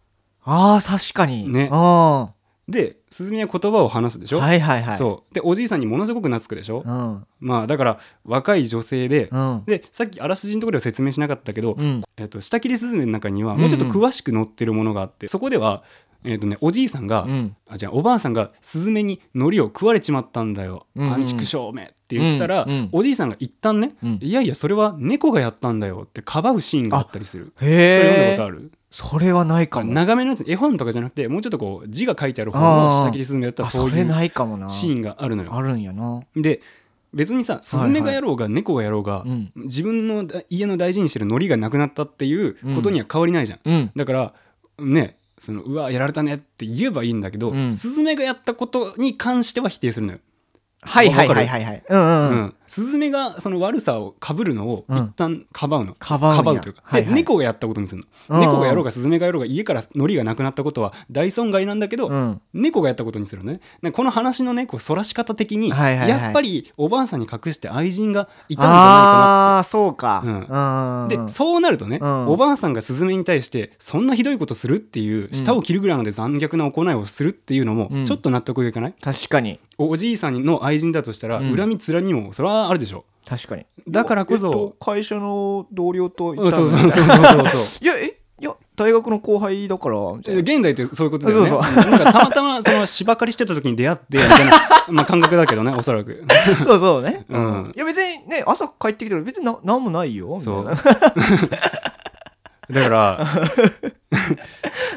S2: ーあー確かに
S1: ね
S2: あ
S1: でスズメは言葉を話すでし
S2: ー
S1: ょ、
S2: はいはいはい
S1: そうでおじいさんにものすごく懐くでしょ、
S2: うん
S1: まあだから若い女性で、
S2: うん
S1: でさっきあらすじのところでは説明しなかったけど、
S2: うん
S1: えっと下切りスズメの中には
S2: うんうん
S1: もうちょっと詳しく載ってるものがあって、そこでは、えっとね、おじいさんが、
S2: うん
S1: あじゃあおばあさんがスズメに海苔を食われちまったんだよ、
S2: うんうん
S1: アンチクショーめって言ったら、
S2: うんうん
S1: おじいさんが一旦ね、
S2: うん
S1: いやいやそれは猫がやったんだよってかばうシーンがあったりする。
S2: へ
S1: それ読んだ
S2: え
S1: ことある
S2: それはないかも
S1: 長めのやつ絵本とかじゃなくてもうちょっとこう字が書いてある方の下切りスズメだった
S2: あ
S1: らそ
S2: そう
S1: い
S2: れ
S1: う
S2: ないかもな
S1: シーンがあるのよ。
S2: あるんやな
S1: で別にさスズメがやろうが猫がやろうが、
S2: うん
S1: 自分のだ家の大事にしてる海苔がなくなったっていうことには変わりないじゃん、
S2: うん
S1: だからねそのうわやられたねって言えばいいんだけど、
S2: うん
S1: スズメがやったことに関しては否定するのよ、
S2: はいはいはいはいはいう
S1: う
S2: んうんんうん
S1: スズメがその悪さをかぶるのを
S2: うん
S1: 一旦かばうの、
S2: かばうんや
S1: かばうというか、
S2: はいはい
S1: で猫がやったことにする
S2: うんう
S1: の
S2: ん
S1: 猫がやろうがスズメがやろうが家から海苔がなくなったことは大損害なんだけど、
S2: うん
S1: 猫がやったことにするのねなんかこの話のねこうそらし方的に、
S2: はいはいはい
S1: やっぱりおばあさんに隠して愛人がいたんじゃ
S2: ああーそうか
S1: うんないかな
S2: う
S1: で
S2: ん
S1: そうなるとね、
S2: うん
S1: おばあさんがスズメに対してそんなひどいことするっていう舌を切るぐらいまで残虐な行いをするっていうのも
S2: うん
S1: ちょっと納得がいかない、
S2: 確かに
S1: おおじいさんの愛人だとしたら
S2: うん
S1: 恨みつらみもそれはあるでしょ
S2: 確かに
S1: だからこ
S2: えっと
S1: そ、
S2: 会社の同僚といた
S1: うんん
S2: だ
S1: そうそうそうそう そうそう
S2: いやえいや大学の後輩だからみたい な
S1: 現代ってそういうことだよね。
S2: そうそ
S1: んなんかたまたまその芝刈りしてた時に出会ってみたいな まあ感覚だけどねおそら く。
S2: そうそうね。
S1: うん
S2: いや別にね、朝帰ってきたら別にな何もないよ。
S1: そう。
S2: みたいな
S1: だから、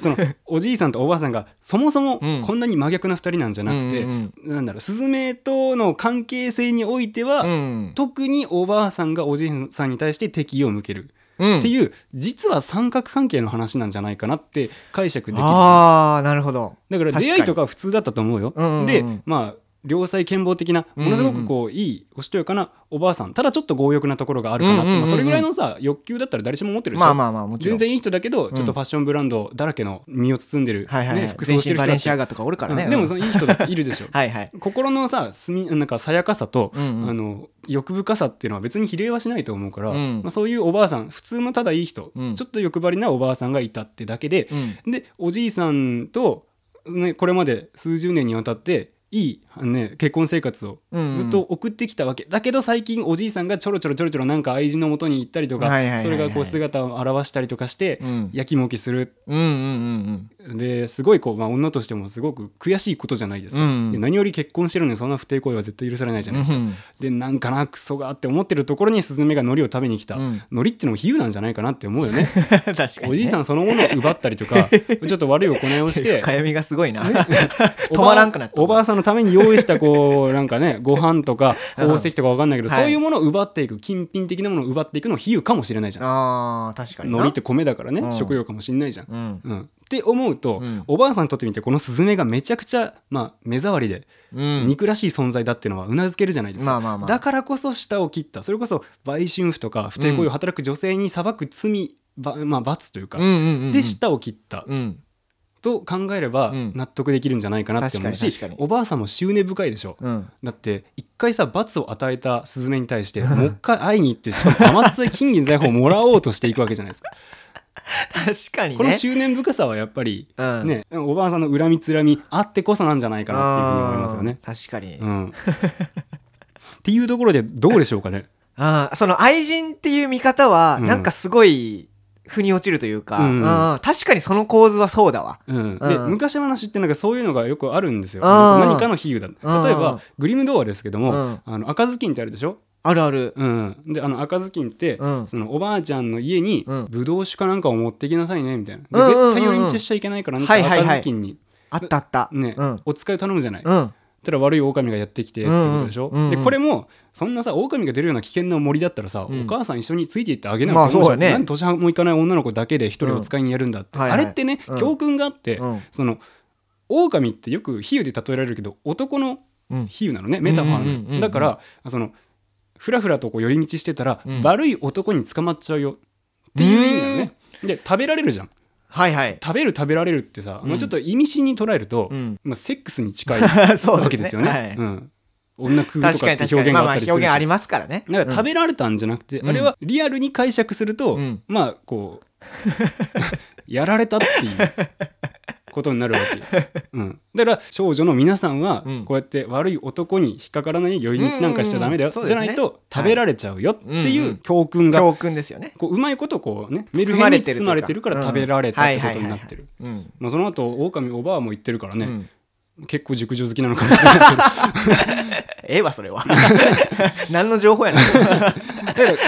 S1: そのおじいさんとおばあさんがそもそも
S2: うん
S1: こんなに真逆な2人なんじゃなくて、
S2: うんうん
S1: なんだろう、スズメとの関係性においては、
S2: うん。
S1: 特におばあさんがおじいさんに対して敵意を向ける
S2: うん
S1: っていう、実は三角関係の話なんじゃないかなって解釈できる。だ
S2: ああ、なるほど。
S1: から
S2: 確かに
S1: 出会いとかは普通だったと思うよ。
S2: うんうんうん
S1: で、まあ良妻健忘的なものすごくこういいおしとやかなおばあさんただちょっと強欲なところがあるかなって、
S2: うんうんうんうん
S1: まあ、それぐらいのさ欲求だったら誰しも持ってるでしょ、
S2: まあまあまあ、もちろ
S1: 全
S2: ん。
S1: 然いい人だけどちょっとファッションブランドだらけの身を包んでる、
S2: はいはいはい。
S1: ね、服装してる人
S2: 全身バ
S1: だ
S2: レ
S1: っ
S2: ンシア
S1: て
S2: ガとかおるから
S1: う
S2: ね。
S1: んでも
S2: うん
S1: そのいい人だっているでしょ
S2: はいはい。
S1: 心のさすみなんかさやかさと、
S2: うんうん
S1: あの欲深さっていうのは別に比例はしないと思うから、
S2: うん
S1: まあ、そういうおばあさん普通のただいい人、
S2: うん
S1: ちょっと欲張りなおばあさんがいたってだけで、
S2: うん。
S1: でおじいさんと、ね、これまで数十年にわたっていい、ね、結婚生活を
S2: うんうん
S1: ずっと送ってきたわけ、だけど最近おじいさんがちょろちょろちょろちょろなんか愛人のもとに行ったりとか、
S2: はいはいはいはい
S1: それがこう姿を現したりとかして、
S2: うん
S1: やきもきする
S2: うんうん
S1: ですごいこう、まあ、女としてもすごく悔しいことじゃないです
S2: うんうん。う
S1: か、
S2: ん
S1: で何より結婚してるのにそんな不貞行為は絶対許されないじゃないですか、
S2: うん
S1: でなんかなクソがって思ってるところにスズメが海苔を食べに来た、
S2: うん
S1: 海苔ってのも比喩なんじゃないかなって思うよ ね
S2: 確かにね。
S1: おじいさ
S2: ん。
S1: んそのものを奪ったりと かちょっと悪い行いをして
S2: かみがすごい な。
S1: お
S2: 止
S1: ば
S2: まらんくなった。
S1: おばあさんのために用意したこう なんかねご飯とか宝石とかわかんないけど、
S2: はい
S1: そういうものを奪っていく金品的なものを奪っていくのは比喩かもしれないじゃん
S2: ああ、確かに
S1: 海
S2: な。
S1: 苔って米だからね、
S2: うん
S1: 食料かもしれないじゃん、
S2: うん。
S1: うんって思うと、
S2: うん
S1: おばあさんにとってみてこのスズメがめちゃくちゃ、まあ、目障りで
S2: うん。
S1: 憎らしい存在だっていうのはうなずけるじゃないですか、
S2: まあまあまあ。
S1: だからこそ舌を切ったそれこそ売春婦とか不貞行為を働く女性に裁く罪、ばまあ、罰というか、
S2: うんうんうん。
S1: で舌を切った
S2: うん。
S1: と考えれば
S2: うん
S1: 納得できるんじゃないかなって思うし、
S2: 確かに確かに
S1: おばあさんも執念深いでしょ、
S2: うん。
S1: だって一回さ罰を与えたスズメに対してもう一回会いに行ってしかも甘つい金銀財宝をもらおうとしていくわけじゃないです か
S2: 確かにね。
S1: この執念深さはやっぱり
S2: うん。
S1: ねおばあさんの恨みつらみあってこそなんじゃないかなっていうふうに思いますよね。
S2: あー確かに。
S1: うん、っていうところでどうでしょうか ね。
S2: あーその愛人っていう見方は、
S1: うん
S2: なんかすごい、腑に落ちるというか、
S1: うん
S2: あー確かにその構図はそうだわ。
S1: うん、で
S2: うん
S1: 昔話ってなんかそういうのがよくあるんですよ。
S2: うん
S1: 何かの比喩だ。
S2: ん
S1: 例えばグリム童話ですけども、
S2: うん
S1: あの赤ずきんってあるでしょ。
S2: あるある。
S1: うん、であの赤ずきんって、
S2: うん
S1: そのおばあちゃんの家に
S2: うん
S1: ブドウ酒かなんかを持ってきなさいねみたいな。で
S2: うんうんうんうん
S1: 絶対寄り道しちゃいけないからね
S2: はいはいはい
S1: 赤ずきんに、
S2: あったあった。
S1: ね
S2: うん。
S1: お使いを頼むじゃない。
S2: うん。
S1: たら悪い狼がやってきてってことでしょ、
S2: うんうんうんうん
S1: でこれもそんなさ狼が出るような危険な森だったらさ、
S2: うん
S1: お母さん一緒についていってあげない
S2: まあそうだね
S1: なんで年半もいかない女の子だけで一人お使いにやるんだって、
S2: うんはいはい
S1: あれってね、
S2: うん
S1: 教訓があって、
S2: うん
S1: その狼ってよく比喩で例えられるけど男の
S2: うん
S1: 比喩なのねメタファーなの
S2: うんうんうんうん
S1: だからそのふらふらとこう寄り道してたら、
S2: うん
S1: 悪い男に捕まっちゃうよっていう意味なのねで食べられるじゃん
S2: はいはい。
S1: 食べる食べられるってさ、
S2: うん
S1: まあちょっと意味深に捉えると、
S2: うん。
S1: まあ、セックスに近い
S2: そう
S1: わけですよね
S2: はい
S1: うん、女食うとかっ
S2: 確かに
S1: て
S2: 確か
S1: 表現
S2: に。まあ
S1: が
S2: ま
S1: あ
S2: あ
S1: ったりするし、
S2: 表現ありますからね。
S1: なんか食
S2: べ、
S1: べられたんじゃなくて、
S2: うん
S1: あれはリアルに解釈すると、
S2: うん
S1: まあこうやられたっていうことになるわ け、うん、だから少女の皆さんは
S2: うん
S1: こうやって悪い男に引っかからない寄り道なんかしちゃダメだよ、
S2: うんうんうん
S1: じゃない
S2: そう
S1: と食べられちゃうよって
S2: はい
S1: い
S2: んうん
S1: う教訓が、う
S2: 教訓ですよね。
S1: こううまいことこうねメル
S2: 包
S1: ヘ
S2: ま
S1: ン
S2: れ
S1: に
S2: てると
S1: 包
S2: か
S1: まれてるから食べられたってことになってる。
S2: うん。
S1: まあ、その後狼おばあも言ってるから
S2: う
S1: ね、
S2: ん。
S1: 結構熟女好きなのかもしれないけど
S2: ええわ、それは。 何の情報 やねん。
S1: だ から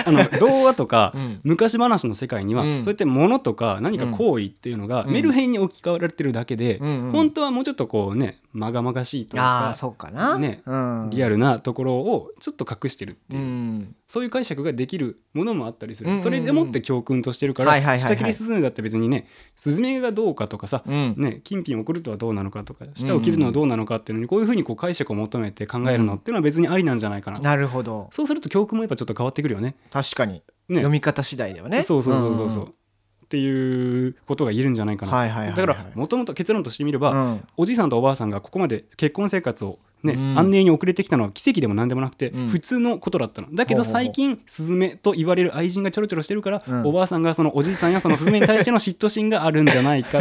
S1: あの童話とか、
S2: うん
S1: 昔話の世界には、
S2: うん
S1: そうやって物とか何か行為っていうのが、
S2: うん
S1: メルヘンに置き換わられてるだけで、
S2: うんうん
S1: 本当はもうちょっとこうねまがまがしいという
S2: ああ、
S1: か
S2: そうかな。
S1: ね
S2: うん。
S1: リアルなところをちょっと隠してるって
S2: う
S1: いう、
S2: ん。
S1: そういう解釈ができるものもあったりする、
S2: うんうんうん
S1: それでもって教訓としてるか
S2: はいはいはい
S1: ら
S2: はい
S1: 下切りすずめだって別にねスズメがどうかとかさ、
S2: うん。
S1: ね、金品を送るとはどうなのかとか舌を切るのはどうなのかっていうのにこういうふうにこう解釈を求めて考えるのっていうのは別にありなんじゃないかなと、
S2: なるほど。
S1: そうすると教訓もやっぱちょっと変わってくるよね。
S2: 確かに。
S1: ね
S2: 読み方次第だよね。
S1: そうそうそうそうそう、
S2: んん
S1: っていうことが言えるんじゃないかな、
S2: はいはいはいはい
S1: だからもともと結論としてみれば、
S2: うん。うん
S1: おじいさんとおばあさんがここまで結婚生活をね、
S2: うん
S1: 安寧に遅れてきたのは奇跡でも何でもなくて、
S2: うん
S1: 普通のことだったのだけ
S2: ほ
S1: ど
S2: うほうほう
S1: 最近スズメと言われる愛人がちょろちょろしてるから、
S2: うん
S1: おばあさんがそのおじいさんやそのスズメに対しての嫉妬心があるんじゃない か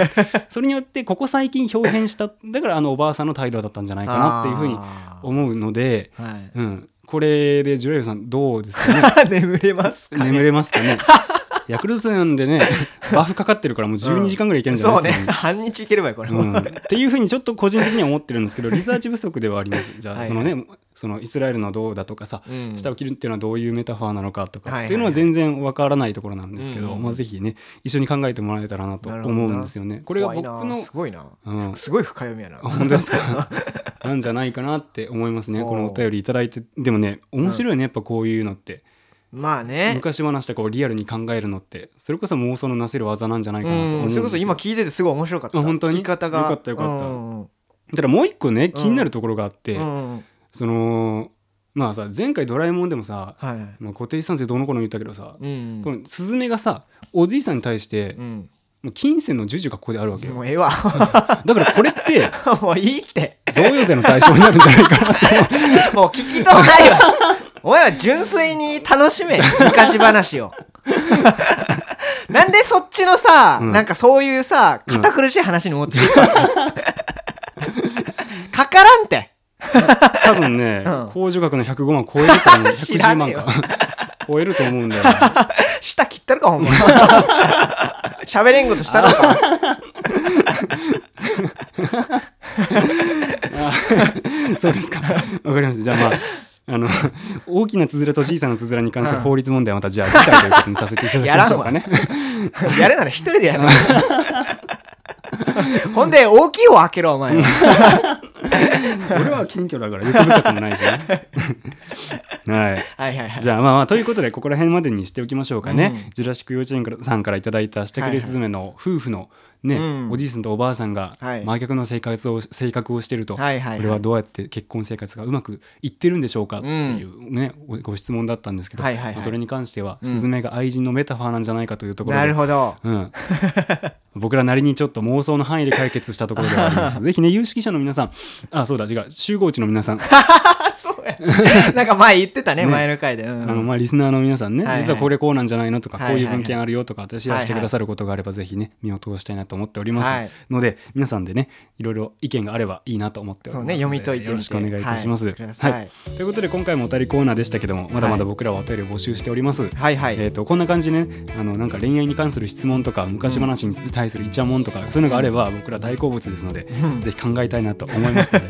S1: それによってここ最近表変しただからあのおばあさんの態度だったんじゃないかなっていうふうに
S2: あー
S1: 思うので、
S2: はい。
S1: うん、これでジュレルさんどうですかね
S2: 眠れますかね
S1: 眠れますか ねヤクルトなんでねバフかかってるからもう12時間ぐらいいけるんじゃな
S2: そ
S1: いうで
S2: ね
S1: すか、ね
S2: 半日いければよこれも、
S1: うんっていうふうにちょっと個人的には思ってるんですけどリサーチ不足ではありますじゃあ、
S2: はい
S1: そのねそのイスラエルのどうだとかさ
S2: うん
S1: 舌を切るっていうのはどういうメタファーなのかとか、
S2: はいはいはい
S1: っていうのは全然わからないところなんですけど、
S2: うんうん
S1: まあ、ぜひね一緒に考えてもらえたらなと
S2: なるほど
S1: 思うんですよね。これが僕
S2: 怖いな
S1: の
S2: す、ごいな
S1: うん、
S2: すごい深読みやな
S1: あ本当ですかなんじゃないかなって思いますね
S2: おう
S1: このお便りいただいてでもね面白いよねやっぱこういうのって。
S2: まあね
S1: 昔話とかをリアルに考えるのってそれこそ妄想のなせる技なんじゃないかなと思うん
S2: うん
S1: です
S2: そ
S1: よ
S2: れこそ今聞いててすごい面白かった
S1: あ本当に
S2: 聞き方が
S1: よかったよかった
S2: うんうん
S1: ただもう一個ね気になるところがあって、
S2: うんうん
S1: そのまあさ前回「ドラえもん」でもさ、
S2: はいはい
S1: まあ、固定資産税どうのこうの言ったけどさ、
S2: うん
S1: このスズメがさおじいさんに対して、
S2: うん
S1: もう金銭の授受がここであるわけよ
S2: もうええわ
S1: だからこれって
S2: もういいって
S1: 贈与税の対象になるんじゃないかな って
S2: もう聞きとうないわ お前は純粋に楽しめ昔話を なんでそっちのさ、
S1: うん
S2: なんかそういうさ
S1: うん
S2: 堅苦しい話に持ってい くのかからんて
S1: 多分ね
S2: うん
S1: 控除額の105万超えると思う
S2: 知ら
S1: 110
S2: ね
S1: 万
S2: えわ
S1: か超えると思うんだよ
S2: 舌切ったるか ほんま喋れんことしたのか
S1: そうですか。わかりました。じゃあまあ。あの大きなつづらと小さなつづらに関する法律問題はまたじゃあ次回ということにさせていただきましょうかね。
S2: やるなら一人でやるほんで大きい方開けろお前は
S1: 俺は謙虚だから欲深くもないしね。はい。
S2: はいはいは い
S1: じゃあまあまあということでここら辺までにしておきましょうかね。
S2: うん
S1: ジュラシック幼稚園からさんからいただいた下切れスズメの夫婦のね、
S2: うん
S1: おじいさんとおばあさんが
S2: はい
S1: 真逆の生活を性格をしてると、
S2: はいはいはい
S1: これはどうやって結婚生活がうまくいってるんでしょうかっていうね、おご質問だったんですけど、
S2: はいはいはい
S1: まあそれに関しては、
S2: うん
S1: スズメが愛人のメタファーなんじゃないかというところで
S2: なる ほど
S1: うん、僕らなりにちょっと妄想の範囲で解決したところではあり ますぜひね有識者の皆さんあそうだ違う集合地の皆さん、
S2: あそうやなんか前言ってたね
S1: ね
S2: 前の回で、うん
S1: あのまあ、リスナーの皆さんね、
S2: はいはい
S1: 実はこれこうなんじゃないのとか、
S2: はいはい
S1: こういう文献あるよとか私はしてくださることがあれば、ぜひね見を通したいなと思っております、
S2: はい
S1: ので皆さんでねいろいろ意見があればいいなと思っており
S2: そ
S1: ま
S2: う
S1: す
S2: ね読み解いてみて
S1: よろしくお願いいたします、
S2: はいください
S1: ということで今回もお便りコーナーでしたけどもまだまだ僕らはお便りを募集しております、
S2: はいはい、
S1: えー、とこんな感じでねあのなんか恋愛に関する質問とか昔話に対するイチャモンとか、そういうのがあれば僕ら大好物ですので、
S2: ん
S1: ぜひ考えたいなと思いますの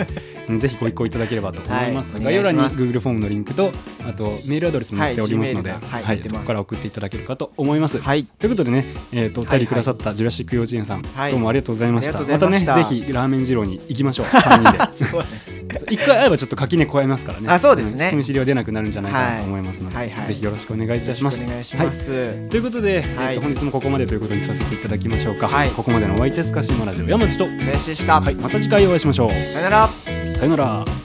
S1: で、 ぜひご一行いただければと思います。
S2: はいお
S1: 概
S2: 願
S1: 要欄
S2: いし
S1: に
S2: ます
S1: Google フォームのリンクと、あとメールアドレスも載っておりますので、
S2: はい Gmail がはい
S1: はい
S2: 載って
S1: そ
S2: ます
S1: こから送っていただけるかと思います。
S2: はい
S1: ということでね、えー、とお便
S2: はいは
S1: り
S2: い
S1: くださったジュラシック幼稚園さん、
S2: はい
S1: どうもありがとうございました。
S2: あり
S1: ま
S2: がと
S1: た
S2: うござ
S1: ね、
S2: いました
S1: ぜひラーメン二郎に行きましょう。三 人で。
S2: そうね
S1: 一回会えばちょっと垣根越えますからね。
S2: あそうですね
S1: ん人見知りは出なくなるんじゃないかなと思いますので、
S2: はいはいはい
S1: ぜひよろしくお願いいたします。
S2: よろくお願いしま
S1: はい
S2: す、
S1: ということで、
S2: は
S1: えー
S2: い
S1: と本日もここまでということにさせていただきましょうか。
S2: はい
S1: ここまでのお相手スカシマラジオ山地と、
S2: 名刺でした、
S1: はい、また次回お会いしましょう。
S2: さよなら
S1: さよなら。